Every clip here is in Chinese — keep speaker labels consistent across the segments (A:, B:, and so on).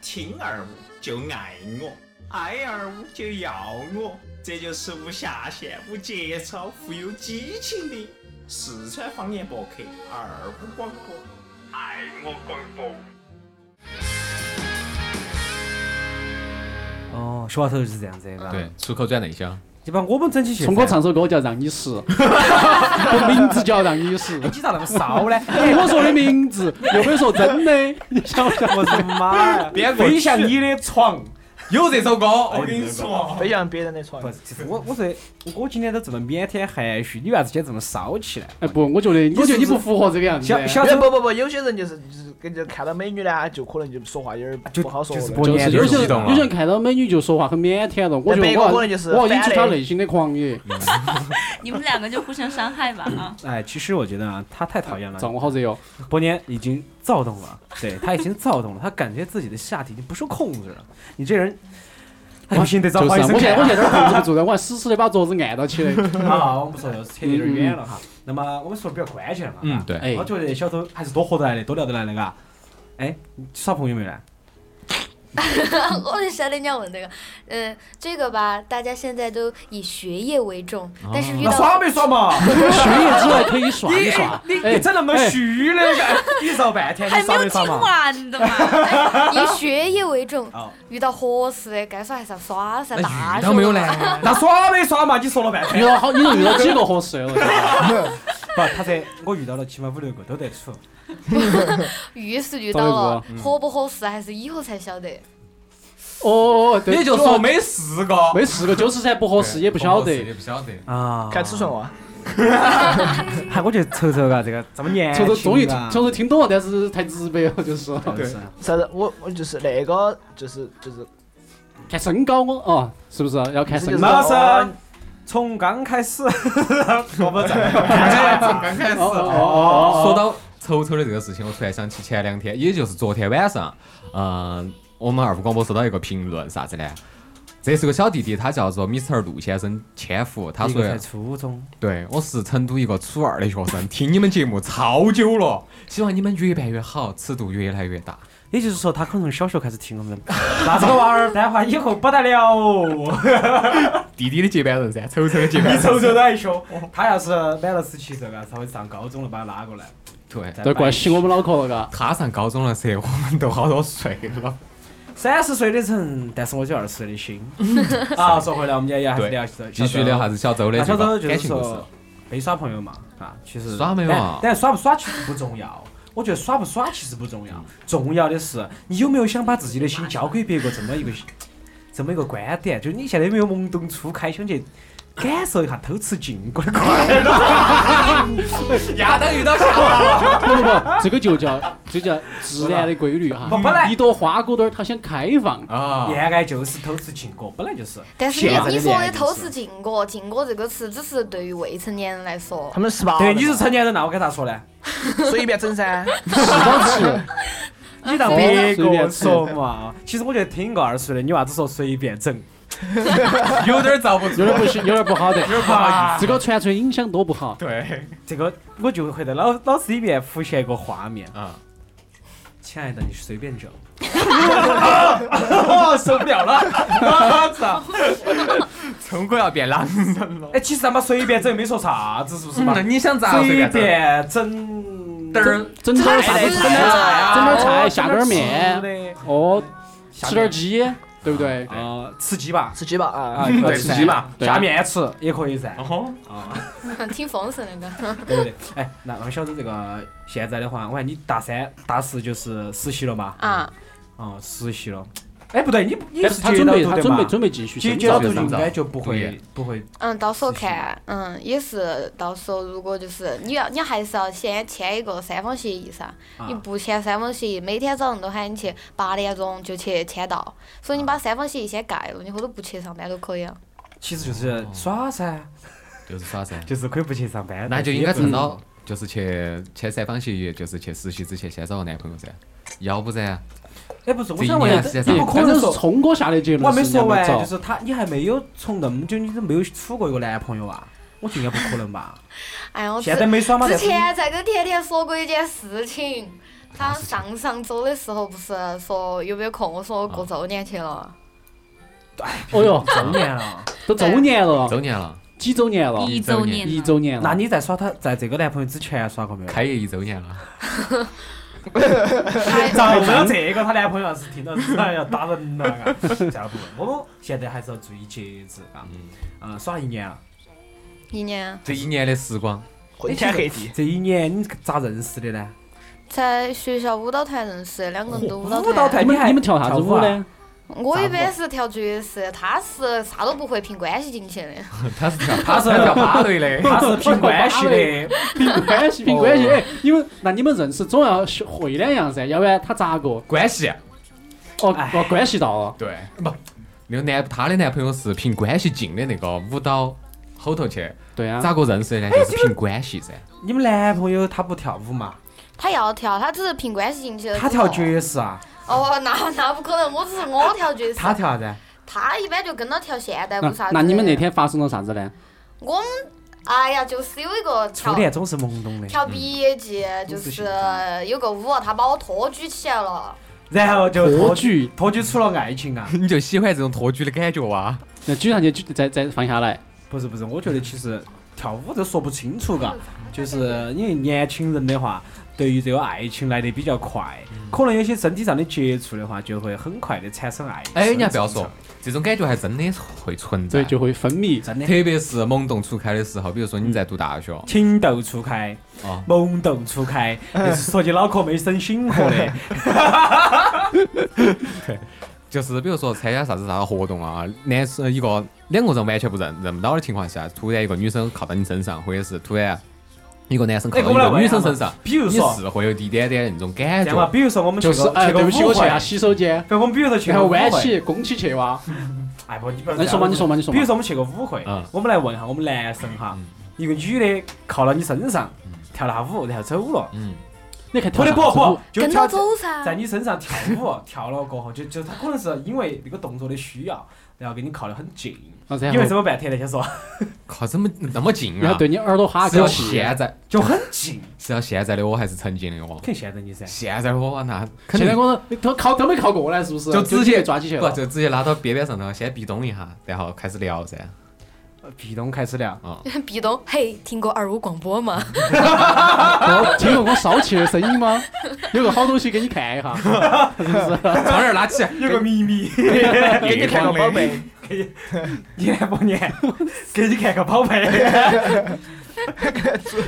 A: 亲二五就爱我，爱二五就要我，这就是无下限、无节操、富有激情的四川方言博客二五广播，爱
B: 哎
A: 我广播。
B: 哦，小娃头就是这样子的，嘎。
C: 对，出口转内 销，
B: 你把我们整起去噻。
D: 聪哥唱首歌叫《让你死》， 我名字叫《让你死》，
B: 你咋那么骚呢？
D: 我说的名字又没说真的，你晓不晓得？
B: 我的妈呀！
C: 编过去
B: 飞向你的床，有这首歌，哎我跟你说。
E: 飞向别人的床
B: 不，。其实我我说我今天都这么腼腆含蓄，你为啥子今天这么骚气呢？
D: 哎，不，我觉得，我觉得你不符合这个样子。
B: 小小
E: 哎
B: 时
E: 不
B: 候
E: 不不，有些人就是就是跟着看到美女呢，就可能就说话有点
B: 就
E: 不好说
B: 就是
E: 了
B: 不
D: 就是有些
C: 激
D: 人
C: 动了
D: 有些人看到美女就说话很腼腆了，我觉
E: 那别
D: 得
E: 个
D: 我
E: 可能就是
D: 我要引
E: 反
D: 起
E: 的
D: 他内心的狂野。
F: 你们两个就互相伤害吧 啊！
B: 哎，其实我觉得啊，他太讨厌了。
D: 丈我好热哟，
B: 伯年已经躁动了，对他已经躁动了，他感觉自己的下体已经不受控制了。你这人，哎、
D: 我
B: 不行，得
D: 就
B: 找
D: 是
B: 花医
D: 啊
B: 生
D: 我现在我
B: 看
D: 现在都控制不住了，我还死死的把桌子按到起来。
B: 啊。好，我们说又扯得有点远了哈。那么我们说的比较关键了嘛，
C: 嗯，对，
D: 哎
B: 我，觉得小偷还是多合得来的，多聊得来的嘎。哎，你耍朋友没有呢？
G: 我就晓得你要问这个，嗯，这个吧，大家现在都以学业为重，但是遇
B: 那
G: 到
B: 耍没耍嘛？
D: 学业之外可以耍一耍。
B: 你你
D: 哎
B: 整那么虚的，嘎你绕半天，
F: 还
B: 你
F: 没
B: 耍
F: 有
B: 没耍
F: 听
B: 嘛？
F: 完的嘛，
G: 以学业为重
B: 哦，
G: 遇到合适的该耍还是耍噻，
C: 那
G: 那
C: 哎遇到没有呢？
G: 说嘛？
B: 那耍没耍嘛？你说了半
D: 遇
B: 天。
D: 到好，你能遇到几个合适的了？
B: 不，他说我遇到了起码五六个都得处。
G: 遇是遇到了，合不合适还是以后才晓得。
D: 哦哦哦，对，
C: 也就说没四个，
D: 没试过，就是噻，不合适也不晓得。
C: 也不晓 得。
B: 啊，
E: 看尺寸哇，
B: 嗨，哎我觉得丑丑嘎，这个这么年轻，
D: 瞅
B: 啊
D: 瞅，终于听瞅瞅听懂了，但是太直白了，就是说
B: 对，
E: 啥子？我我就是那个，就是就是
D: 看身高我哦，是不是要看身
B: 老
D: 高？
B: 师从刚开始， 我们再
C: 哎刚开始，
D: 哦 哦
C: 说
D: 哦哦，
C: 到丑丑的这个事情，我突然想起前两天，也就是昨天晚上，嗯，我们二胡广播收到一个评论，啥子呢？这是个小弟弟，他叫做 Mr 陆先生千福，他说
B: 一个才初中，
C: 对，我是成都一个初二的学生，听你们节目超久了，希望你们越办越好，尺度越来越大。
B: 也就是说他可能从小学开始听我们的，那这个娃儿待会以后不得了哦，
C: 弟弟的接班人噻，丑丑的接班
B: 你
C: 人。
B: 瞅瞅他一学，他要是满了十七岁啊，稍微上高中了，把他拉过来，
C: 对，
D: 都怪起我们脑壳了嘎。
C: 他上高中了噻，我们都好多岁了。
B: 三十岁的人，但是我就二十岁的心。啊，说回来，我们今天也还是聊小
C: 继续聊啥子小周的
B: 那
C: 这
B: 小周
C: 个
B: 就是
C: 感情故事
B: 说。没耍朋友嘛，啊，其实
C: 耍没有啊
B: 但但耍不耍其实不重要。我觉得耍不耍其实不重要，重要的是你有没有想把自己的心交给别个这么一个这么一个观点，就是你现在有没有懵懂初开，想去感受一下偷吃禁果的快乐？
C: 亚当遇到夏娃了。
D: 不不不，这个就叫这叫自然的规律
B: 不本来
D: 哈。一朵花骨朵儿它想开放，
C: 啊，
B: 恋爱就是偷吃禁果，本来就是。
G: 但是
D: 现在的
G: 你你说
D: 恋爱
G: 的
D: 就是
G: 偷吃禁果，禁果这个词只是对于未成年人来说
E: 他，们
D: 哦
E: 十八，
B: 对，你是成年人，那我该咋说呢？
D: 啊
E: 随便整噻。
D: 适当吃。
B: 你让
D: 随
B: 别
D: 便
B: 个
D: 吃
B: 说嘛。其实我觉得听一个二十岁的女娃子说随便整，
C: 有点遭不住
D: 有。点不行，有点不好的，
B: 好意
D: 这个传出来影响多不好。
C: 对，
B: 这个我就会在脑脑子里面浮现一个画面，
C: 啊，
B: 亲爱的，你随便整。啊 受不了了！我 操！
C: 聪哥要变狼人了。
B: 哎，其实咱们随便整没说啥子，是不是嘛？
C: 你想咋
B: 随便整
C: 点儿
D: 整点儿啥子，整点儿菜，整点儿菜，下点儿面，
B: 面，
D: 哦，
B: 下
D: 吃点儿鸡，对不对？
B: 啊，吃鸡吧，
E: 吃鸡吧啊
B: 啊，！
C: 对
B: 吃
C: 吃
B: 鸡
C: 鸡
B: 嘛
C: 嘛，
D: 对啊
B: 下面吃也可以噻。
C: 哦，
B: 啊，
G: 挺丰盛的个。
B: 对不对？哎，那那小周这个现在的话，我看你大三、大四就是实习了嘛？
G: 啊，
B: 哦，实习了。哎，不对，你你
D: 但
B: 是
D: 是他
B: 接
D: 准
B: 到
D: 备，
B: 读
D: 他
B: 的
D: 准备
B: 嘛
D: 准备继续
B: 接
D: 深
B: 接
D: 造
B: 到
C: 到
B: 读
C: 读
B: 的
C: 的
B: 应
C: 应
B: 该
C: 该
B: 就
C: 就
B: 不
C: 不
B: 会
C: 会
B: 不会
G: 嗯，到时候
B: 实习
G: 看，嗯，也是到时候如果就是你要你还是要先签一个三方协议噻，你
B: 啊
G: 不签三方协议，每天早上都喊你去八点钟就去签到，所
B: 啊
G: 以你把三方协议先盖了，你后头不去上班都可以了。
B: 其实
D: 哦
B: 就是耍噻，
C: 就是耍噻，嗯
B: 就是可以不去上班，
C: 那就应该
B: 是
C: 趁早，就是去签三方协议，就是去实习之前先找个男朋友噻，要不然啊
B: 哎，不是，我
C: 这一
B: 想问
C: 年
B: 一下，
C: 时间
B: 你不
C: 上
B: 可
D: 反
B: 能
D: 正是
B: 说，
D: 聪哥下的结
B: 我
D: 论
B: 还没
D: 是
B: 说
D: 人家
B: 完
D: 不，找
B: 就是他，你还没有从那么久，你都没有处过一个男朋友啊？我觉得应该不可能吧？
G: 哎呀，我
B: 现在没耍嘛？
G: 之
B: 在
G: 前在跟甜甜说过一件事情，他上上周的时候不是说有没有空？我说我过
B: 啊
G: 周年去了。
D: 哦哟，
B: 周年了，
D: 都周年了，
C: 周年了，
D: 几周年了，
F: 一周年了，
D: 一周年了。
B: 那你在耍他在这个男朋友之前耍过没有？
C: 开业一周年了，
G: 还
B: 咋没有这个？她男朋友要是听到，哎要打人了。啊！这样不问，我们现在还是要注意节制啊。
C: 嗯，
B: 嗯，耍一年了，
G: 一年
C: 这一年的时光，
E: 昏天黑地，
B: 这一年你咋认识的呢？
G: 在学校舞蹈团认识的，两个人都
B: 舞蹈团
D: 你
B: 你还
D: 们你们跳啥子舞呢？
G: 我一般是跳爵士，他是啥都不会，凭关系进去的。
C: 他是跳，他是
B: 哎
C: 跳芭蕾的，
B: 他是啊凭关系的，
D: 啊
B: 哦
D: 凭关系，凭关系。哎，你们那你们认识总要学会两样噻，要不然他咋个？
C: 关系，
D: 哦
B: 哎
D: 哦，关系到了。
C: 对，不，那个男他的男朋友是凭关系进的那个舞蹈后头去，
D: 对啊，
C: 咋个认识的呢？哎就是凭关系噻，
B: 你们男朋友他不跳舞嘛？
G: 他要跳，他只是凭关系进去的。
B: 他跳。爵士啊？
G: 哦，那那不可能，我只是我跳爵士。
B: 他跳啥子？
G: 他一般就跟到跳现代舞
D: 那
G: 啥子。
D: 那你们那？天发生了啥子呢？
G: 我们哎呀，就是有一个
B: 初
G: 跳
B: 恋嗯总是懵懂的。
G: 跳毕业季，就是有个舞，他把我托举起来了。
B: 然后就
D: 托
B: 托举，
D: 举，
B: 托举出了爱情啊？
C: 你就喜欢这种托举的感觉哇？
D: 那举上去，举再再放下来。
B: 不是不是，我觉得其实跳舞都说不清楚嘎，就是因为年轻人的话，对于这个爱情来得比较快，可能有些身体上的接触的话，就会很快的产生爱情。
C: 哎，你还不要说，这种感觉还真的会存在
B: 哎
D: 对，，就会分泌。
B: 真的。
C: 特别是懵懂初开的时候，比如说你在读大学，
B: 情窦初开，
C: 哦
B: 懵懂初开，就是说起脑壳没生醒活的，
C: 就是比如说参加啥子啥子活动啊，男生一个两个人完全不认认不到的情况下，突然一个女生靠到你身上，或者是突然一个男
B: 哎
C: 生靠到一个女生身上，
B: 比如
C: 你
B: 说，
C: 是会有一点点那种感
B: 这样嘛，
C: 觉。
B: 比如说我们去
D: 就
B: 个
D: 是哎，
B: 去
D: 对
B: 个
D: 不起，我
B: 舞
D: 去
B: 会
D: 下，洗手间，
B: 比如我们比如说去
D: 然
B: 个
D: 后
B: 舞
D: 弯
B: 会，
D: 起，弓起去哇。
B: 哎不，你不要
D: 那你说嘛，你说嘛，你说
B: 比
D: 嘛
B: 如。说我们去个舞会
C: 嗯，
B: 我们来问一下我们男生哈
C: 嗯，
B: 一个女的靠到你身上跳了下舞，然后走了，
C: 嗯，
D: 你看跳
B: 不得
D: 啥
B: 不
D: 子舞
B: 不，就
G: 跟
B: 跳
G: 到走啊噻。
B: 在你身上跳舞，跳了过后，就就他可能是因为那个动作的需要，然后给你靠得很近。
D: 啊
B: 因为
D: 然
B: 怎么
D: 后
B: 办？甜甜先说，
C: 靠，这么那么近
D: 然
C: 啊
D: 后！对你耳朵哈
C: 是要
D: 口气。
C: 现在，
B: 就很近。
C: 是要现在的我还是曾经的我？
B: 肯定现在你噻，
C: 现在的我那肯
D: 现在
C: 定
D: 我你都靠都没靠过来，是不是？
C: 就直
D: 你
C: 接
D: 被抓起去
C: 不
D: 了。
C: 就直接拉到边边上头，先壁咚一下，然后开始聊噻。
B: 壁咚开始聊。
C: 啊，
G: 壁咚，嘿，听过二五广播吗？
D: 然 后听过我骚气的声音吗？有个好东西给你看 一下，
C: 窗帘拉起，
B: 有个秘密，
E: 给你看个宝贝，
B: 你来不念，给你看个宝贝。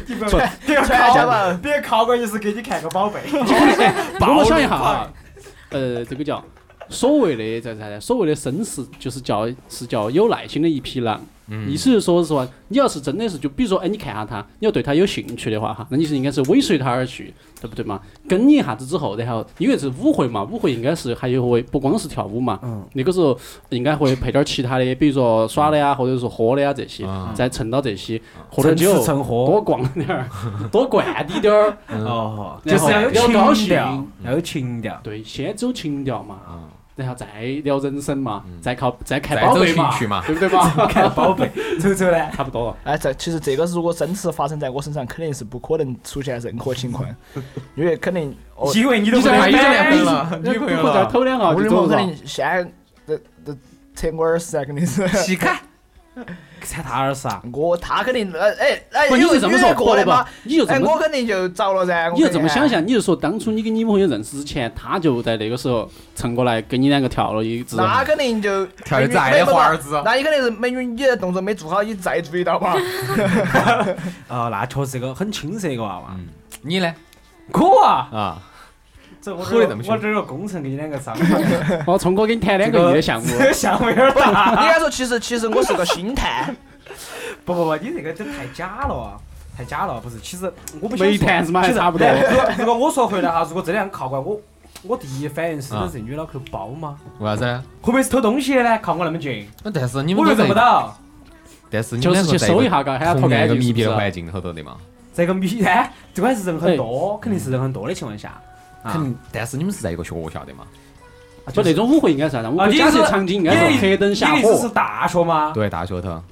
B: 你不要别
E: 传家
B: 靠，
E: 吧，
B: 别靠过去是给你看个宝贝。
D: 我想一下啊，呃，这个叫所谓的叫啥呢？所谓的绅士，就是叫是叫有耐心的一匹狼。
C: 嗯
D: 意思就是说，是吧？你要是真的是，就比如说，哎，你看下他，你要对他有兴趣的话，哈，那你是应该是尾随他而去，对不对嘛？跟你一下子之后，然后因为是舞会嘛，舞会应该是还有会不光是跳舞嘛，
B: 嗯，
D: 那个时候应该会配点儿其他的，比如说耍的呀，或者是喝的呀这些，
C: 啊
D: 再蹭到这些，喝点
B: 趁
D: 儿酒
B: 吃，趁喝。
D: 多逛点儿，多灌滴点儿，
B: 哦，
D: 然
B: 就
D: 后
B: 是要有
D: 比较高
B: 情
D: 兴
B: 调，要有情调。
D: 对，先走情调嘛，
C: 啊，嗯
D: 然后再聊人生嘛，再靠再看
C: 再
D: 宝
C: 走
D: 贝
C: 情
D: 嘛，
C: 趣嘛
D: 对不对嘛？
B: 看 宝贝，走走呢？
D: 差不多了，
E: 哎，这其实这个如果真实发生在我身上，肯定是不可能出现任何情况，因为肯定我
B: 因为你都
D: 你
B: 不
D: 这
B: 买
D: 还有
B: 单
D: 点
B: 身
D: 不
C: 了，女朋友
D: 再
C: 了，
D: 偷两下
E: 我
D: 就
E: 女
D: 走
E: 朋友
D: 了
E: 肯。定现在这这扯我耳屎啊，肯定是
C: 膝盖，
B: 踩他耳屎啊！
E: 我他肯定呃哎哎，
D: 不，你
E: 有
D: 是这么
E: 有
D: 说，
E: 人过
D: 不
E: 来
D: 不
E: 吗？，
D: 你就这
E: 哎，我
D: 么，
E: 肯定就着了噻。我
D: 你就
E: 肯定
D: 这么想，象，你就说当初你跟你女朋友认识之前，他就在那个时候蹭过来跟你两个跳了一支，
E: 那肯定就
C: 跳的再华儿子，
E: 那你肯定是美女，你的动作没做好，啊你再注意到吧？
B: 哦，那确实是个很青涩一个娃娃。
C: 嗯，你呢？
B: 我啊，
C: 啊，
B: 这我
C: 喝得那么凶
B: 我这儿有工程给你两个上，
D: 哦，聪哥给你谈两
B: 这
D: 个
B: 个
D: 亿的项目，
B: 这个项目有点大。
E: 应该说，其实其实我是个星探，
B: 不不不，你这个真太假了啊，太假了。不是，其实我不想说
D: 没谈是吗？
B: 其
D: 还
B: 实哎
D: 差不多。
B: 如果如果我说回来哈，如果真的靠过来，我我第一反应是
C: 啊
B: 这女脑壳包吗？
C: 为啥子呢？
B: 会不会是偷东西的呢？靠我那么近，
C: 那但是你
B: 我
C: 们
B: 又
C: 都
B: 认
C: 在
B: 不，到。
C: 但是你
D: 就
C: 们
D: 是
C: 两个
D: 去
C: 在
D: 搜一下，嘎，喊他脱
C: 同样
D: 干
C: 一个
D: 净，
C: 密
D: 是不
C: 闭的
D: 是？
C: 环境后头的嘛。
B: 这个米哎，这个还是人很多，肯定是人很多的情况下。啊
C: 嗯肯定，但是你们是在一个学校的嘛？
B: 啊
D: 不，
B: 就是
D: 那种舞会应该是啥子？我
B: 啊
D: 们
B: 你
D: 假设
B: 是
D: 场景应
B: 你的
D: 该
B: 意
D: 是
B: 思
D: 黑灯瞎
B: 你的意思是
D: 火，
B: 大学吗？
C: 对，大学头，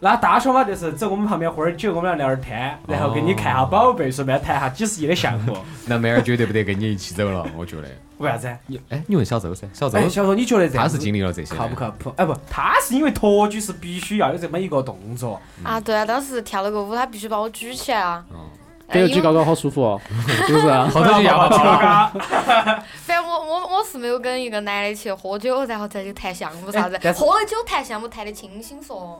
B: 那大说法就是走我们旁边喝点酒，我们俩聊点天，然后给你看下宝贝，顺便谈下几十亿的项目，
C: 那妹儿绝对不得跟你一起走了，我 觉得。
B: 为啥子？
C: 你哎，你问小周噻，小周
B: 哎，小说你觉得这
C: 他
B: 样
C: 是
B: 子
C: 经历了这些的，
B: 靠不靠谱？哎不，他是因为托举是必须要有这么一个动作，
G: 啊，对啊，当时跳了个舞，他必须把我举起来啊。
D: 哦
C: 嗯
D: 感觉举高
G: 呃因为
D: 高好舒服哦，是不是 啊？
C: 好多就
B: 高
C: 要
B: 高。
G: 反正我我我是没有跟一个男的去喝酒，然后再去谈项目啥子
B: 哎但，是
G: 喝了酒谈项目谈的清醒嗦。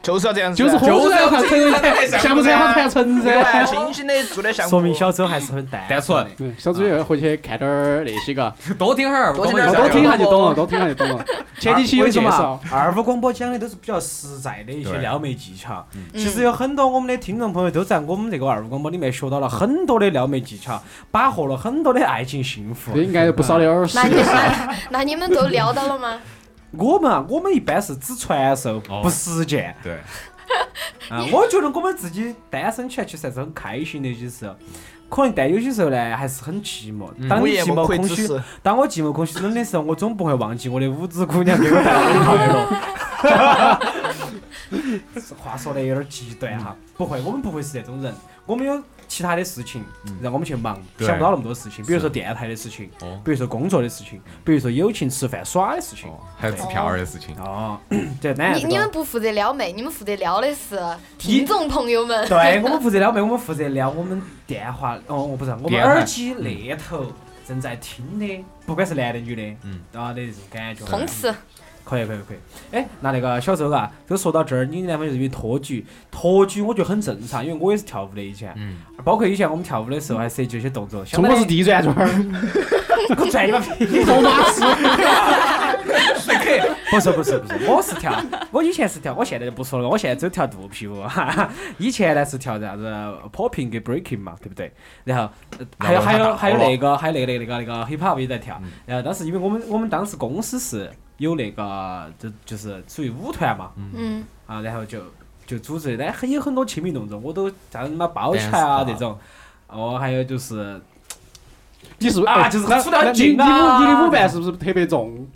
E: 就是要这样子，
D: 就是喝出来谈成噻，项目噻，
E: 啊
D: 好谈成噻。
E: 清醒的做的项目，
B: 说明小周还是很单
C: 单纯，
D: 嗯小朱也回去看点儿那些嘎，
C: 多听会儿，
E: 多听
C: 会
E: 会
C: 儿
E: 儿
D: 多听一下就懂了，
E: 哦
D: 多听一下就懂了。前几期有
B: 为什
D: 介
B: 么
D: 绍，
B: 二五广播讲的都是比较实在的一些撩妹技巧。
G: 嗯
B: 其实有很多我们的听众朋友都在我们这个二五广播里面学到了很多的撩妹技巧，把获了很多的爱情幸福
D: 这。应该有不少 的耳屎
G: 那。你们 那你们都聊到了吗？
B: 我们啊，我们一般是只传授
C: 哦
B: 不实践。
C: 对，
B: 啊，我觉得我们自己单身起来其实还是很开心的，有些时候。可能但有些时候呢，还是很寂寞。
C: 嗯
B: 当
E: 无
B: 你
E: 言
B: 寂
E: 不
B: 寞
E: 愧
B: 空
E: 之
B: 虚，
E: 士。
B: 当我寂寞空虚冷的时候，我总不会忘记我的五指姑娘给我带来的快乐。 话说的有点极端哈，不会，我们不会是那种人，我们有其他的事情让我们去忙，
C: 嗯对
B: 想不到那么多事情，比如说
C: 是
B: 电台的事情，
C: 哦，
B: 比如说工作的事情，比如说友情、吃饭、耍的事情。
C: 哦还有支票儿的事情，
B: 哦， 这当然
G: 你
B: 这
G: 你们
B: 个。
G: 不负责撩妹，你们负责撩的是听众朋友们。
B: 对我们负责撩妹，我们负责撩我们电话哦，我不是，我们
C: 电话
B: 耳机那头正在听的，不管是男的女的，
C: 嗯，
B: 啊的这种感觉。
G: 通吃，
B: 可以可以可以。哎，那那个小周啊，都说到这儿，你男朋友是因为托举，托举我觉得很正常，因为我也是跳舞的以前，
C: 嗯，
B: 包括以前我们跳舞的时候还涉及一些动作，相
D: 中国
B: 当
D: 是
B: 于
D: 地转转儿，
B: 我拽你个屁，托马斯。 不是不是不是，我是跳，我以前是跳，我现在就不说了，我现在只有跳肚皮舞。 哈哈以前呢是跳啥子 popping 跟 breaking 嘛，对不对？然后呃还有
C: 然后
B: 还
C: 他
B: 有
C: 打了
B: 还有那个还有那个那个那个那个 hip hop 也在跳。然后当时因为我们我们当时公司是有那个就就是属于舞团嘛，
G: 嗯，
B: 啊，然后就就组织的，但很有很多亲密动作，我都啥子嘛包起来
C: Dance
B: 啊
C: club
B: 那种。哦，还有就是
D: 你是不是
B: 啊
D: 哎
B: 就是
D: 那
B: 出得很
D: 那
B: 近
D: 你你
B: 啊
D: 舞你的舞伴是不是特别重？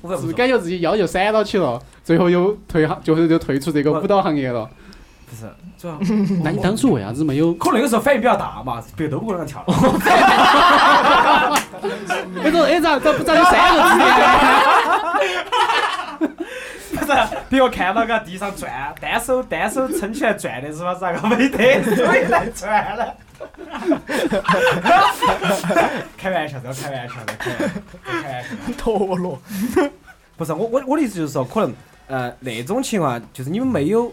B: 我
D: 是不
B: 不
D: 是
B: 是
D: 感觉自己腰就闪到起了？最后又退行，就是就退出这个舞蹈行业了。
B: 不是，主要
D: 那你当初为啥子没有？
B: 可能那个时候反应比较大嘛，别人都不可能跳 了。
D: 哎，这哎咋咋咋有三个字呢？
B: 不是，别个看到个地上转，单手单手撑起来转的是吧？咋个没得手也来转了？ 开玩笑的，开玩笑的，开玩笑的，开玩笑的。
E: 堕落，
B: 不是我我我的意思就是说，可能呃那种情况就是你们没有，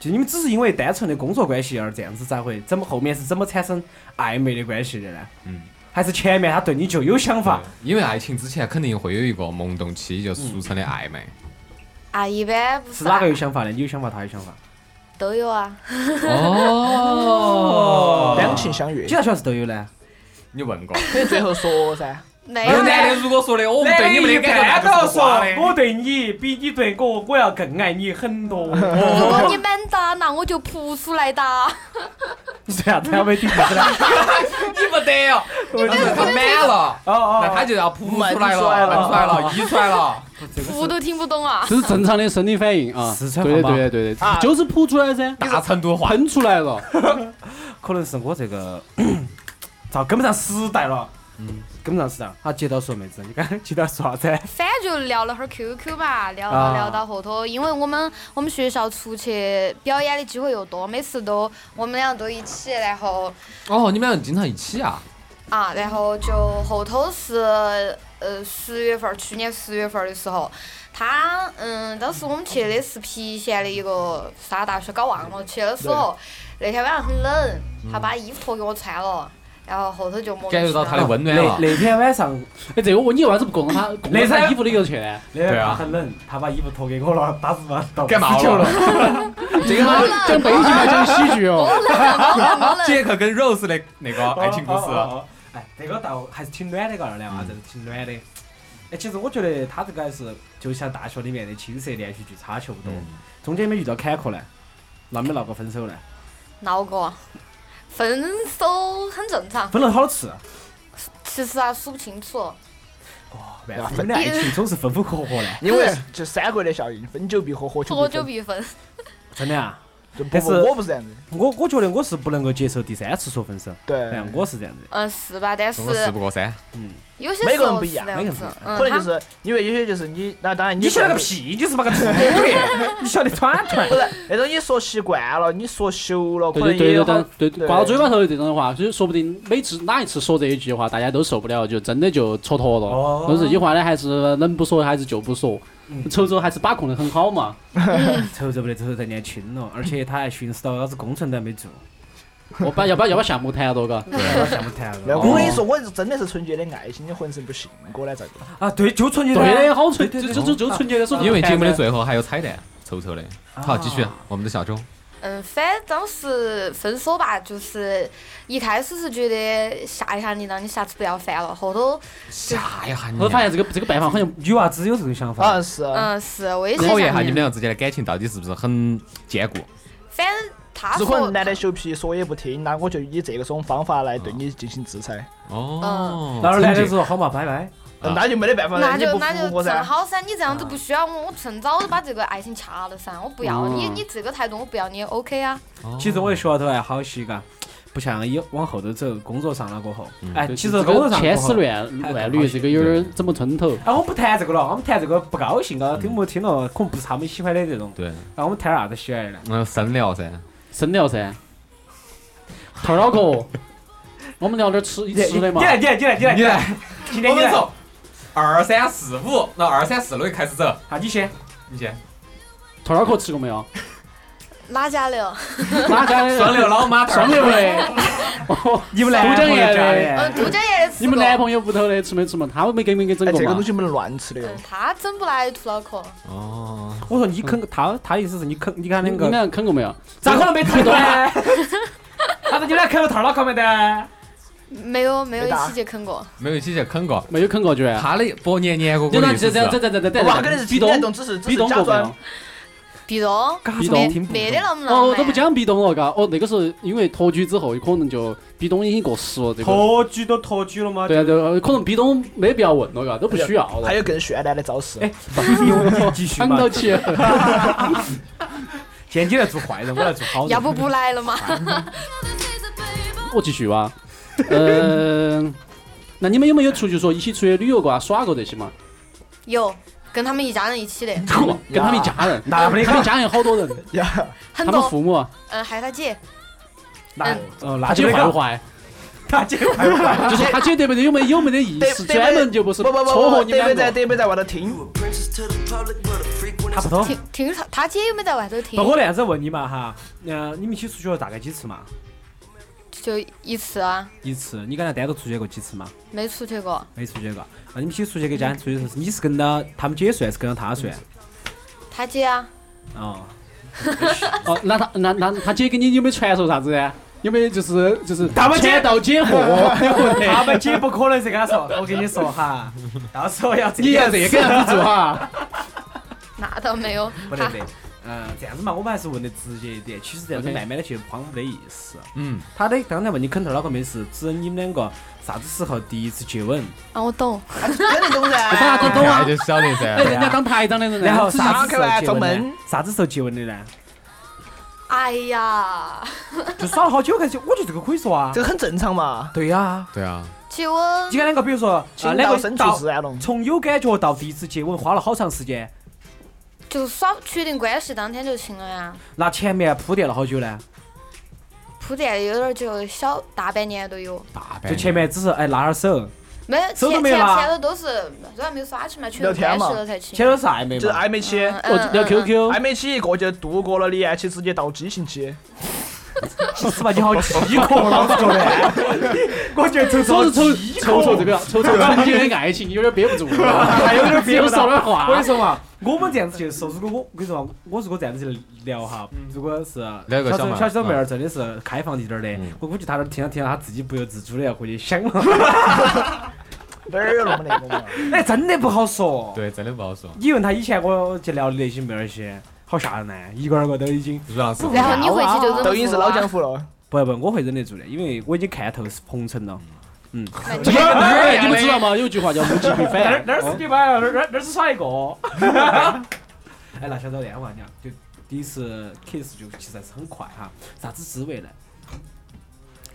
B: 就你们只是因为单纯的工作关系而这样子，咋会怎么后面是怎么产生暧昧的关系的呢？
C: 嗯，
B: 还是前面他对你就有想法？
C: 因为爱情之前肯定会有一个萌动期，就是俗称的暧昧。
G: 啊，一般不
B: 是
G: 是
B: 哪
G: 啊
B: 个有想法呢？你有想法，他有想法。
G: 都有啊。
C: 哦
E: 两情相悦
B: 几，个小时都有呢？
C: 你问过？
E: 所以最后说噻，
G: 没
C: 有
G: 有啊
C: 男的如果说的我们对你们的感觉，
B: 都
C: 那就是
B: 说
C: 瓜的。
B: 我对你比你对我，我要更爱你很多。
G: 如果 你满打，那我就扑出来打。
B: 你说啥子？还没听出来？
C: 你不得哟，你这是他满了，
B: 哦
C: 那他
B: 哦，
C: 就要扑出来了，
E: 闷出来了
C: 喷出来了，溢出来了。
G: 扑都听不懂啊。
D: 这是正常的生理反应啊！
B: 四川
D: 对
B: 话啊吧
D: 的对的对的，就是扑出来噻，
C: 大成都话，
D: 喷出来了。
B: 可能是我这个 操跟不上时代了。嗯，跟不上时代了。好，接到说妹子，你刚才接到说啥子？
G: 反正就聊了会儿 QQ 嘛，聊
B: 啊
G: 到聊到后头，因为我们我们学校出去表演的机会又多，每次都我们俩都一起，然后
C: 哦，你们俩经常一起啊？
G: 啊，然后就后头是呃十月份儿，去年十月份儿的时候，他嗯，当时我们去的是郫县的一个啥大学搞忘了，去的时候那天晚上很冷，
E: 嗯
G: 他把衣服脱给我穿了，然后后头就莫名
C: 感
G: 其
C: 觉到
G: 妙
C: 他的温暖
B: 那
C: 了。
B: 那天晚上，
D: 哎，这个我你为啥子不供他供
B: 那
D: 了
B: 才
D: 他衣服里头去呢？
B: 那天晚
C: 对啊
B: 上很冷，他把衣服脱给我了，当时嘛到
C: 感冒
B: 死球
C: 了
B: 了。
D: 这个讲悲剧还讲喜剧哦。
G: 我冷
C: 杰克跟 Rose 的那个 爱情故
B: 哦。
C: 事，啊
B: 哦哦哎，这个倒还是挺暖的，个二两娃真的挺暖的。哎，其实我觉得他这个还是就像大学里面的青涩连续剧差球不多，中间没遇到坎坷呢，那没闹过分手呢，
G: 闹过，分手很正常。
B: 分了好多次。
G: 其实啊，数不清楚。
B: 哦，万分 的爱情总是分分合合的。
E: 因为就三国的效应，分久必合，合久
G: 合
E: 必
G: 久
E: 分。
G: 必分。
B: 真的啊，
E: 就不
B: 但
E: 不，
B: 是
E: 我不是这样子的。
B: 我我觉得我是不能够接受第三次说分手，
E: 对
B: 哎，，我是这样子的。
G: 嗯，是吧？但是
C: 我事不过三，
G: 有些
E: 每
G: 时
E: 个人
G: 候
E: 不
G: 是
E: 一样
G: 这
B: 每个
G: 样
B: 人不
G: 子
B: 一，
G: 嗯，
E: 可能
G: 他
E: 就是因为有些就是你，那当然你
B: 你写了个
E: 惯
B: 屁，你就是把个土鬼， 你晓得团团
E: 不。是那种你说习惯了，你说熟了，可
D: 对
E: 能
D: 对
E: 也
D: 对
E: 有
D: 对
E: 好
D: 对对，挂到嘴巴头的这种的话，就是说不定每次哪一次说这一句话，大家都受不了，就真的就蹉跎了
B: 哦。
D: 但是这句话呢，还是能不说还是就不说
B: 嗯。
D: 丑丑还是把控的很 好嘛，
B: 瞅着不得，瞅着太年轻了，而且他还巡视到老子工程都还没做，
D: 我把要把要把项目谈了多嘎。
B: 把项目谈
E: 没
B: 了。
E: 有，我跟你说，我是真的是纯洁的爱情，你浑身不信，过来咋个？
B: 啊，对，就纯洁
D: 对
B: 的
D: 的，好纯，
B: 对
D: 就
B: 对
D: 就就就纯洁的说。
C: 因为节目的最后还有彩蛋，臭臭的。
B: 啊
C: 好，继续我们的小周，
G: 嗯，反正当时分手吧，就是一开始是觉得吓一吓你，让你下次不要犯了。后头，
C: 吓一下你
D: 我发现这个这个办法好像
B: 女娃子有这种想
E: 好
B: 法，
E: 像啊是，
G: 嗯，是 我也是
C: 考验一
G: 想
C: 下，你们两个之间的感情到底是不是很坚固？
G: 反正他
E: 只可
G: 说
E: 能男的修皮说也不听，那我就以这种方法来对你
D: 啊
E: 进行制裁，
C: 哦，
B: 然后男的
C: 曾经
B: 说好嘛，拜拜。
C: 啊
E: 那就没得办法了，
G: 那
E: 你
G: 就
E: 不
G: 那就
E: 服我噻
G: 正。好噻，你这样子不需要我，我趁早就把这个爱情掐了噻，我不要你，
D: 嗯
G: 你这个态度我不要你也，OK 啊，
C: 哦
B: 其实我也学到头还好些嘎，不像以往后头走，工作上了过后，哎， 其实
D: 这
B: 工作
D: 个
B: 上
D: 千
B: 过
D: 丝
B: 后，
D: 乱
B: 还
D: 乱
B: 更
D: 缕，
B: 好
D: 这个有点儿整不通透。
B: 啊，我们不谈这个了，我们谈这个不高兴啊，听不听了，可能不是他们喜欢的这种。啊
C: 对，
B: 那我们谈啥子喜欢的呢？
C: 嗯，深聊噻，
D: 深聊噻，头儿 脑壳，我们聊点吃
B: 你
D: 吃的嘛
B: 你。来，你来，你来，你来，
C: 你
B: 你
C: 来
B: 来，今天你来，
C: 走，二三四五，那二三四六开始 走，
B: 好，你先。
C: 你先。
D: 头儿脑壳吃过 没有？
G: 哪家的哟？
D: 哪家的？
C: 双流老马头，
D: 双流的。哦
B: 你们
D: 都
B: 男
D: 江
B: 朋友
D: 堰
B: 家
D: 的
G: 嗯，
B: 的，
G: 杜家也吃
D: 你们
G: 过。
D: 男朋友屋头的吃没吃嘛？他们没给没给整
E: 哎，
D: 过
E: 这个
D: 嘛
E: 东？西不能乱吃的哟
G: 嗯，。他整不来土脑壳，
C: 哦，
B: 我说你啃他，他意思是你啃，你看
D: 你
B: 那
D: 你
B: 个
D: 们俩啃过没有？
B: 咋可能没谈过呢？ 他说你俩啃过头脑壳没得？
G: 没有没有
E: 没打
G: 一起去啃过。
C: 没有一起去啃过，
D: 没有啃过，居然。
C: 他的薄黏黏糊糊
D: 这
C: 的
D: 样
C: 意
D: 这
C: 思
D: 样这
C: 是，
D: 样这样这
E: 我
D: 样
E: 可能是
D: 壁
E: 听得
D: 咚
E: 懂，只是只
D: 壁
E: 是
D: 咚
E: 假
D: 过没有
E: 装。？
G: 壁咚，
B: 嘎子
D: 壁咚
B: 没
G: 没
B: 听不
G: 嗯没得
B: 懂
G: 那么浪
D: 哦，
G: 漫。
D: 都不讲壁咚了，嘎。哦，那个时候因为托举之后，可能就壁咚已经过时了。这个。
E: 哦
B: 托举都托举了吗？
D: 对啊，对啊，可能壁咚没必要问了，嘎，都不需要了
E: 还。有更绚烂的招式
B: 哎，有 继续
D: 喊
B: 嘛
D: 到？啊起。
B: 今天来做坏人，我来做好人。
G: 要不不来了嘛？
D: 我继续吧。嗯， 那你们有没有出去说一起出去旅游过啊、耍过这些嘛？
G: 有，跟他们一家人一起的，
D: 跟他们一家人，
B: 那不得
D: 他们
B: 搞，
D: 家人好多人，
E: 呀，
G: 很
D: 他们
G: 多。
D: 父母啊
G: 嗯，还有他姐，
B: 那哦，
D: 他
E: 啊
B: 那就
D: 姐
B: 没
D: 坏
B: 搞，
D: 不坏？
B: 他姐坏不 坏？
D: 就是他姐对不对？有没有没得意
E: 对
D: 思？
E: 对
D: 专门就不是
E: 不不不
D: 撮合
E: 不，
D: 你们两
E: 得别在
D: 个。
E: 得别在外 头听，
B: 他不懂。
G: 听听他他姐有没在外头听
B: 哦不，？我那样子问你嘛哈，嗯，你们一起出去了大概几次嘛？
G: 就一次啊，
B: 一次。你跟他单独出去过几次嘛？
G: 没出去过。
B: 没出去过。那你们一起出去跟家人出去的时候，你是跟到他们姐睡还是跟到他睡？
G: 他姐啊，
B: 哦，
D: 哦，那他那那他姐给你有没有传授啥子呢？有没有就是就是
B: 他们姐
D: 传道解惑？
B: 他们姐不可能是跟他说，我跟你说哈，到时候要这
D: 你要
B: 样
D: 这 个样子做啊 哈？
G: 那倒没有。
B: 不
G: 他
B: 得得。嗯，这样子嘛，我们还是问的直接一点。其实这样子
D: OK
B: 慢慢的去慌没得意思。
C: 嗯，
B: 他的刚才问你啃头脑壳没事，指你们两个啥子时候第一次接吻，
G: 啊，我懂。
E: 真的 懂
D: 我把
E: 噻。
D: 哎他懂
C: 那
D: 啊！
C: 就晓得
D: 哎，
C: 噻。
D: 人家当排长的人，
B: 然后
D: 自己
B: 啥子时候接
E: 打开来
B: 吻
E: 找
B: 呢
E: 门？
B: 啥子时候接吻的呢？
G: 哎呀，
B: 就耍了好久开始，我觉得这个可以说啊
E: 这。个很正常嘛，
B: 对呀，
C: 对啊，
G: 接吻
B: 你看两个，比如说啊，
E: 情
B: 两
E: 到
B: 个
E: 深处
B: 到
E: 自然浓。
B: 从有感觉到第一次接吻花了好长时间，
G: 就耍确定关系当天就亲了呀，
B: 那前面铺垫了好久呢？
G: 铺垫有点儿久，小大半年都有。
C: 大半
B: 就前面只是哎拉下手，
G: 没有
B: 手都
G: 前前
B: 没拉
G: 前头都是主要没有耍起嘛，确定
E: 聊天
G: 关
E: 嘛
G: 系了才亲。
B: 前头是暧昧
E: 就是
B: 嘛。
E: 暧昧期，
G: 嗯
D: 我哦聊。
G: 嗯嗯
D: QQ，
B: 哎
E: 暧昧期一过就度过了恋爱期，直接到激情 期。
B: 是吧？你好饥渴，老子觉得。我觉得臭臭
D: 说是瞅
B: 饥渴
D: 瞅瞅这个，瞅瞅纯洁的爱情有点憋不住了，
B: 还有点憋
D: 又
B: 不
D: 说
B: 到。
D: 点
B: 我跟
D: 话
B: 你。说嘛，我们这样子就是说，如果我我跟你说嘛，我如果这样子聊哈，如果是
C: 聊个
B: 小
C: 小妹
B: 小小
C: 儿
B: 小妹儿真的是开放一点儿的
C: 嗯，
B: 我估计她那儿听着听着，她自己不由自主的要回去想了。
E: 哪儿有那么那个嘛？
B: 哎，真的不好说。
C: 对，真的不好说。
B: 你问她以前我去聊的那些妹儿些，好吓人呢，一个二个都已经
C: 如老师，
G: 然后你回去就
E: 抖音
G: 认
E: 是老江湖了，
B: 不不，我会忍得住的，因为我已经看透是鹏程了。
D: 哎， 你们知道吗？有句话叫物极
B: 那
D: 必
B: 儿
D: 反。
B: 嗯 那儿是你妈，那儿那儿那儿只耍一个。哎，那小周这样话讲，就第一次 kiss 就其实还是很快哈，啥子滋味呢？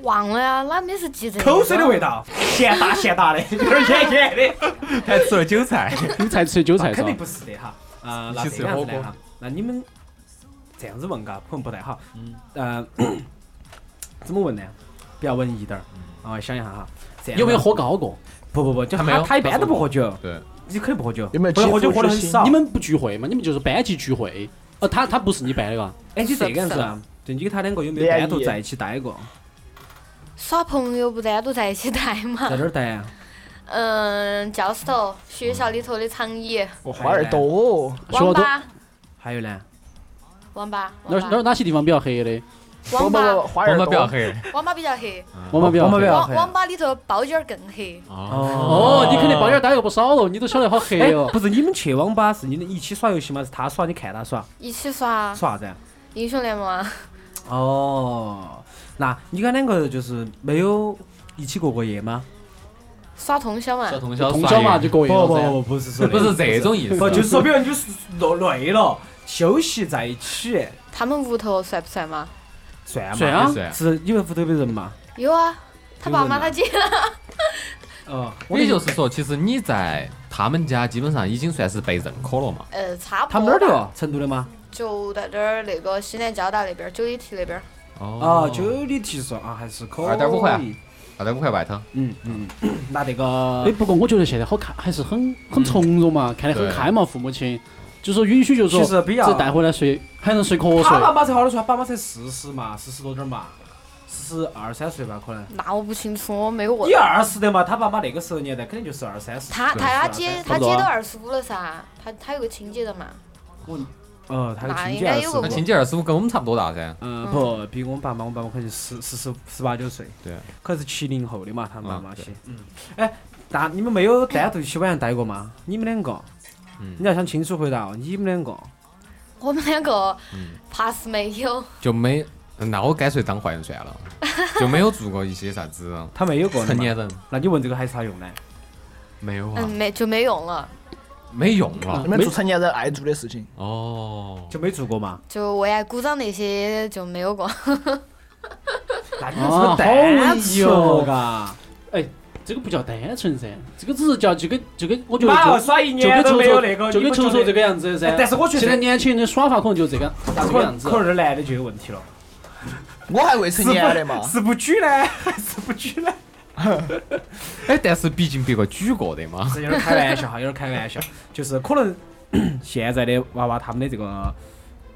G: 忘了呀，哪没是记这个？
B: 口水的味道，咸哒咸哒的， 有点咸咸的，
C: 还吃了韭菜，
D: 你才吃韭菜
B: 啊
D: 是
B: 肯
D: 吧
B: 定？不是的哈。啊，那
C: 一起
B: 这
C: 吃
B: 样
C: 火
B: 子
C: 锅
B: 的哈，那你们这样子问嘎，可能不太好。嗯。呃， 怎么问呢？比较文艺点儿。啊，想一下哈，这样
D: 有没有
B: 问？
D: 喝高过？
B: 不不不，就
C: 他没有
B: 他他一
C: 他
B: 般
C: 是
B: 都不喝酒，
C: 对，
B: 你肯定不喝酒。
E: 有没有
B: 不然喝酒喝的很少？
D: 你们不聚会吗？你们就是班级聚会？哦，他他不是你班的啊？
B: 哎，你这个样子啊？就你跟他两个有没有单独在一起待过？
G: 耍朋友不单独在一起待嘛
B: 在？哪儿待啊？
G: 嗯，教室头，学校里头的长椅，
E: 我花儿多，
D: 学校
G: 网
D: 都
G: 吧，
B: 还有呢？
G: 网吧，
D: 哪
G: 网
D: 哪
G: 吧，
D: 哪些地方比较黑的？
E: 不
G: 网
E: 不不，
G: 吧，
E: 花
C: 我
E: 儿
C: 们比较
E: 多。
C: 黑
G: 网吧比较黑，
D: 我们比较
B: 我们
D: 黑
B: 比较
G: 网
B: 黑
G: 网吧里头包间儿更黑。
C: 哦，
D: 哦，你肯定包间待过不少了，你都晓得好黑
B: 哎
D: 哦，。
B: 不是你们去网吧是你们一起耍游戏吗？是他耍你看他耍
G: 一起耍
B: 耍啥子啊？
G: 英雄联盟啊，
B: 哦，那你跟他两个就是没有一起过过夜吗？
G: 耍通宵 嘛
C: 小。通宵
D: 通宵嘛就
C: 就
D: 过夜了噻。
B: 哎不不是说
C: 不是这种意思，
B: 不就是说，比如你就是累累了，休息在一起
G: 他们屋头算不算嘛？
B: 算嘛？
D: 算啊
C: 对，
B: 是你们屋头有人嘛？
G: 有啊，他爸妈他姐。
B: 哦，我
C: 也就是说，其实你在他们家基本上已经算是被认可了嘛。
G: 呃，差不多。
B: 他们哪儿的？哦？成都的吗？
G: 就在这儿那个西南交大那边儿，九里堤那边儿。
B: 哦，九里提说啊，还是可以。
C: 2.5块啊二点五块外头，
B: 嗯嗯，那那个
D: 哎，不过我觉得现在好看，还是很
B: 嗯
D: 很从容嘛，看得很
C: 对
D: 开嘛，父母亲就说允许就说，
B: 其实比较
D: 这带回来睡还能睡瞌
B: 他
D: 睡
B: 爸。妈才好多岁，他爸妈才四十嘛，四十多点儿嘛，四十二三岁吧，可能。
G: 那我不清楚，我没有问
B: 你。二十的嘛，他爸妈那个时候年代肯定就是二三十。
G: 他他他姐
D: 差
G: 他
D: 不多
G: 姐
D: 啊
G: 都二十五了噻，他他有个亲姐的嘛。
B: 呃，他的
G: 那
B: 亲
G: 应
B: 戚
G: 该
B: 二
G: 有
B: 十
G: 个
C: 那
G: 我
C: 亲戚二十五跟我们差不多大噻。
B: 嗯，不，比我们爸妈，我爸妈可能十十十十八九岁，
C: 对，
B: 可能是七零后的嘛，他们爸
C: 嗯
B: 妈
C: 对
B: 些，嗯，哎，那你们没有单独一起晚上待过吗？你们两个，
C: 嗯
B: 你要想清楚回答哦，你们两个，
G: 我们两个
C: 嗯
G: 怕是没有，
C: 就没，那我干脆当坏人算了，就没有做过一些啥 子
B: 他没有过的
C: 成
B: 嘛，
C: 年人
B: 那你问这个还有啥用呢？
C: 没有啊
G: 嗯，，没就没用了，
C: 没用了
B: 嗯
E: 你们做成年人爱做的事情，
C: 哦。
B: 就没做过 嘛？
G: 就为爱鼓掌那些就没有过。
B: 那你
D: 啊
B: 们是不
D: 好
B: 是单
D: 文艺哦
B: 纯嘎？
D: 这个不叫单纯噻，这个只是叫就跟就跟我觉
B: 妈哦，
D: 得
B: 耍一
D: 就就
B: 年
D: 跟
B: 都
D: 球
B: 没有
D: 球
B: 那个，
D: 就跟球球这
B: 个，
D: 个样子噻
B: 哎。但是我觉得
D: 现在年轻人的耍法可能就这个这
B: 可
D: 个样
B: 能
D: 子啊
B: 可。能这男的就有问题了，
E: 我还未成
B: 是
E: 年的嘛
D: 啊
B: 不，是不举呢， 还是不举呢？
C: 哎，但是毕竟别个举过的 嘛，
B: 这有点开玩笑哈，有点开玩笑，就是可能 现在的娃娃他们的这个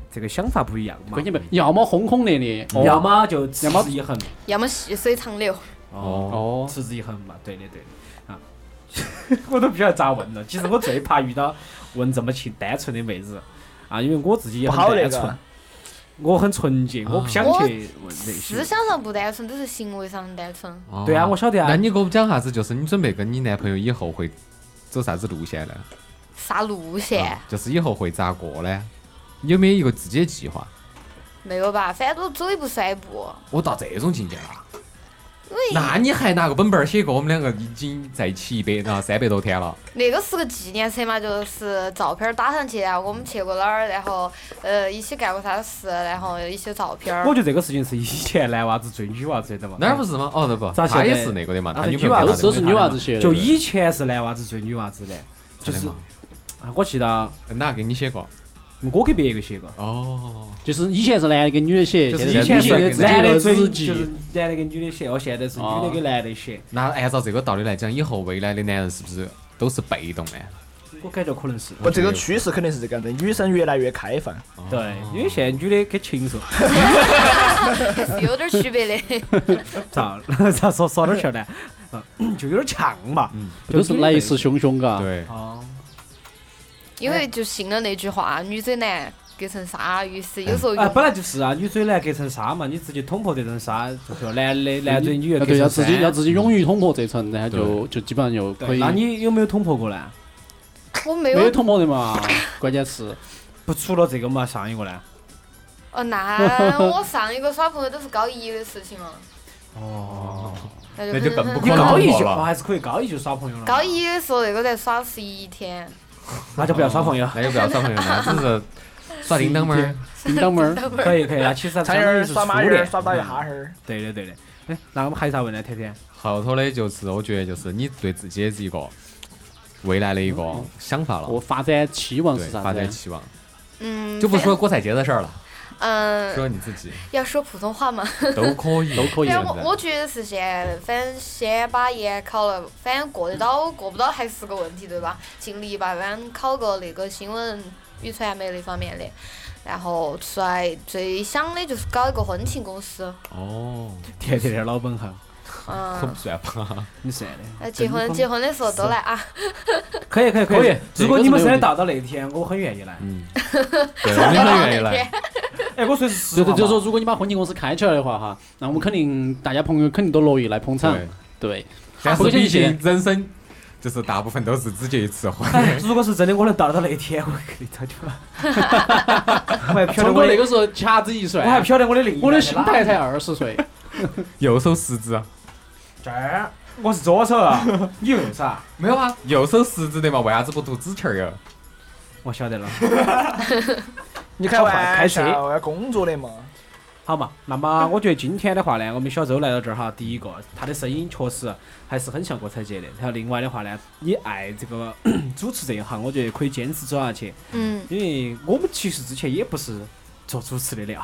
B: 这个想法不一样嘛哦
D: 关，键不，要么轰轰烈烈，
B: 要么就持
D: 要么
B: 之以恒，
G: 要么细水长流，
C: 哦
B: 持之以恒嘛，对的对的啊， 我都不晓得咋问了。其实我最怕遇到问这么清单纯的妹子啊，因为我自己也
E: 不
B: 很
E: 好那
B: 单
E: 个
B: 纯，。我很纯洁，我不想去
G: 我
B: 问那
G: 思
B: 些。
G: 想上不单纯，只是行为上单纯。
C: 哦
B: 对啊，我晓得
C: 那
B: 啊，
C: 你给我们讲啥子？就是你准备跟你男朋友以后会走啥子路线呢？
G: 啥路
B: 嗯
G: 线
C: 啊就是以后会咋过呢？你有没有一个自己的计划？
G: 没有吧？反正走一步算一步。
C: 我到这种境界了。那你还拿个本本儿写个我们两个已经在一起一百啊三百多天了，
G: 那个是个纪念册嘛，就是照片儿打上去啊，我们去过哪儿，然后呃一起干过啥事，然后一些照片儿。
B: 我觉得这个事情是以前男娃子追女娃子的嘛，
C: 哪儿不是吗？哦，对不，
B: 咋
C: 他
B: 现
C: 也
B: 在
C: 是那个的嘛，
B: 啊
C: 他女
B: 这
C: 朋
B: 女
C: 友
B: 娃
C: 给
D: 都
C: 他
B: 子
C: 的
D: 是都是女娃子写的。
B: 就以前是男娃子追女娃子的，就
C: 真的
B: 是
C: 吗
B: 啊我记得啊
C: 哪给你写过？
B: 我给别个写过。
C: 哦，
D: 就是以前是男的跟女的写，
B: 就是
D: 现在
B: 以
D: 是女
B: 前
D: 性的
B: 是
D: 自
B: 男的
D: 己
B: 追，
D: 的日
B: 就
D: 记
B: 是。男的跟女的写，哦，现在是女的给男的写，
C: 那按照这个道理来讲，以后未来的男人是不是都是被动的？
B: 我感觉可能是。
E: 不，这个趋势肯定是这个样子，女生越来越开放。
D: 哦
C: 哦
B: 对，因为现在女的给禽兽，
G: 还是有点儿区别 的。
B: 咋咋说说哪儿去了呢？啊就有点呛嘛。
D: 嗯都是来势汹汹，嘎。
C: 对，
B: 哦，
G: 因为就信了那句话，女追男隔层纱，于是有时候
B: 哎，
G: 用
B: 本来就是啊，女追男隔层纱嘛，你直接捅破这层纱，就是男的男追女
D: 啊
B: 的
D: 对，
B: 隔
D: 要
B: 层
D: 自己要
B: 纱。
D: 自己勇于捅破这层，然后就就基本上就可
B: 对，
D: 以。
B: 那你有没有捅破过呢？
G: 我没
D: 没有
G: 有
D: 捅破的嘛？关键是
B: 不，除了这个嘛，上一个呢？
G: 哦，那我上一个耍朋友都是高一的事情了，
B: 哦，
G: 那
C: 那
G: 就
C: 就更不
B: 你
C: 可能
B: 高一
C: 捅破
B: 就
C: 了
B: 哦还是可以，高一就耍朋友了。
G: 高，一的时候那个在耍十一天，
B: 那就不要耍朋友。
C: 那就不要耍朋友了，只是耍叮当猫儿，
D: 叮当猫儿，
B: 可以可以，那其实它
E: 苍
B: 相
E: 蝇
B: 当于
E: 儿
B: 是嗯
E: 耍
B: 初
E: 马鱼儿
B: 恋，
E: 耍到一哈儿，
B: 对的对的。哎，那我们还有啥问呢？甜 甜，
C: 后头的就是我觉得就是你对自己的一个未来的一个想法
D: 我
C: 了，
D: 发展期望
C: 对
D: 是，啥
C: 发
D: 子
C: 展
D: 呢？
C: 期望，
G: 嗯，
C: 就不
G: 非
C: 说国菜街的事儿了，
G: 嗯，
C: 说你自己
G: 要说普通话嘛。
C: 都可以，
D: 都可以对
G: 反正啊
C: 啊
G: 我我觉得是先，反正先把研考了，反正过得到过不到还是个问题，对吧？尽力吧，反正考个那个新闻与传媒那方面的，然后出来最想的就是搞一个婚庆公司，
C: 哦，
B: 甜甜的老本行，
C: 可不
G: 嗯，
C: 算吧？
B: 你算的。
G: 那呃结婚
D: 真棒
G: 结婚的时候都来啊，
B: 可以可以
D: 可以
B: 如果你们
D: 这个是没问题
B: 真的达到那一天，我很 愿意来。
C: 嗯，对，我们很愿意 来，
B: 哎，我说的是实
D: 就是
B: 话嘛
D: 就是说，，如果你把婚庆公司开起来的话，哈，那我们肯定大家朋友肯定都乐意来捧场。
C: 对，
D: 对，
C: 但是
D: 好
C: 毕竟人生就是大部分都是只结一次婚，
B: 哎，如果是真的 我能达到那一天，我肯定早就来。我还不晓得
D: 聪哥
B: 我
D: 那
B: 的，
D: 个时候掐指一
B: 我还
D: 算啊
B: 不，晓得我的另一半
D: 我的
B: 在
D: 心
B: 哪
D: 态才二十岁，
C: 右手食指
B: 这儿，我是左手啊，你 右手啊，
C: 没有啊，右手食指的嘛，为啥子不读指头儿啊哟？
B: 我晓得了。
E: 你开
B: 开
E: 玩
B: 车
E: 笑，要工作的嘛。
B: 好嘛，那么我觉得今天的话呢，我们小周来到这儿哈，第一个他的声音确实还是很像郭采洁的。然后另外的话呢，你爱这个 主持这一行，我觉得可以坚持走下去，
G: 嗯，
B: 因为我们其实之前也不是做主持的料，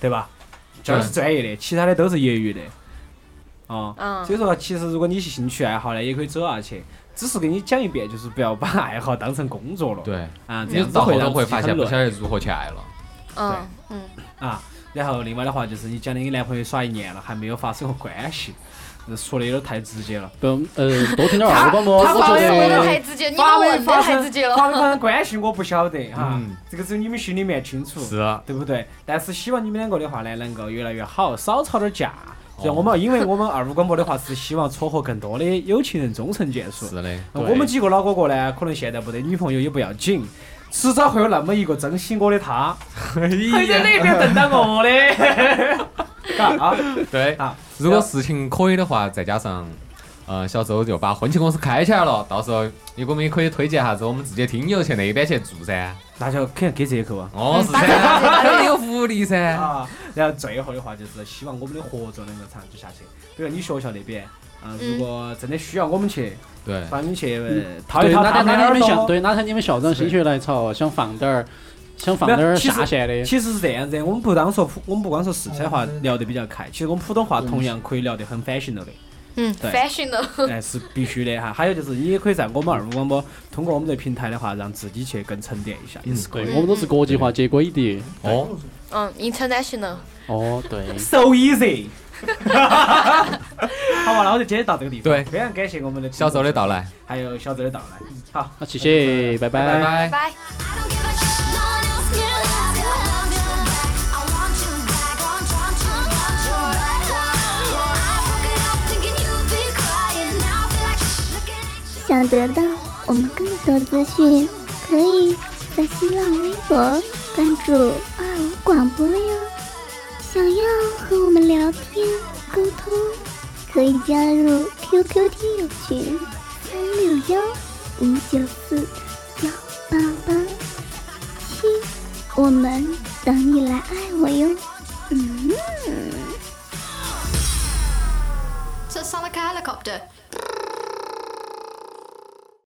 B: 对吧？这儿是专业的，其他的都是业余的。啊、
G: 嗯
B: 所以说其实如果你是兴趣爱好呢，也可以走下去。只是跟你讲一遍，就是不要把爱好当成工作了。
C: 对，
B: 啊，这
C: 你
B: 样子
C: 到后
B: 让
C: 头会
B: 自己
C: 发
B: 很
C: 现不
B: 乱
C: 晓得如何去爱了。
G: 嗯嗯，
B: 啊，然后另外的话就是你讲的你男朋友耍一年了还没有发生过关系，这说的有点太直接了。
D: 不，呃，多听点二广播，
B: 他
D: 我
B: 他发
D: 觉
G: 是
B: 现
G: 为
B: 我
G: 了
B: 的
D: 得
G: 太直接，你们问
B: 发
G: 的
B: 没
G: 太
B: 发
G: 直
B: 生
G: 接了，
B: 发没发生关系我不晓得哈
C: 嗯，
B: 这个只有你们心里面清楚，
C: 是啊，
B: 对不对？但是希望你们两个的话呢，能够越来越好，少吵点架。
C: 哦
B: 然后我们因为我们二五广播的话是希望撮合更多的有情人终成眷属。
C: 是的，
B: 那
D: 对
B: 我们几个老哥哥呢，可能现在没得女朋友也不要紧，迟早会有那么一个珍惜我的他，会在那边瞪到我 的，嘎啊！
C: 对
B: 啊，
C: 如果事情可以的话，再加上呃小周就把婚庆公司开起来了，到时候你给我们也可以推荐下子我们自己的听友去那边去做噻。
B: 那就肯定给折扣啊。
C: 哦，是噻，肯 定有福利噻。
B: 啊，然后最后的话就是希望我们的合作能够长久下去。比如你学校那边，啊，
G: 嗯
B: 如果真的需要我们去，
C: 对，
B: 帮你去呃掏
D: 对，
B: 一掏
D: 哪
B: 他
D: 天
B: 们
D: 哪
B: 的耳
D: 天你们校，
B: 朵。
D: 对，哪天你们校长心血来潮，想放点儿，想放点儿下线的，
B: 其实是这样子，我们不当说普，我们不光说四川话聊得比较开，其实我们普通话同样可以聊得很 fashion 了的。
G: 嗯
B: 对
G: ，fashion 的，
B: 哎，是必须的哈。还有就是，你也可以在我们二五广播通过我们这平台的话，让自己去更沉淀一下，也是可以。
D: 对我们都是国际化接轨的。
C: 哦，
G: 嗯，international，
D: 哦，对，
B: So easy。好吧，那我就今天到这个地方。
C: 对
B: 非常感谢我们的
C: 小周的到，来，
B: 还有小周的到来。好，
D: 好，谢谢，拜
C: 拜
D: 拜。
C: 拜
G: 拜。拜。
H: 想得到我们更多资讯，可以在新浪微博关注二五广播哟。想要和我们聊天沟通，可以加入 QQ 听友群三六幺五九四幺八八七，我们等你来爱我哟。嗯。
I: So it sound like a helicopter.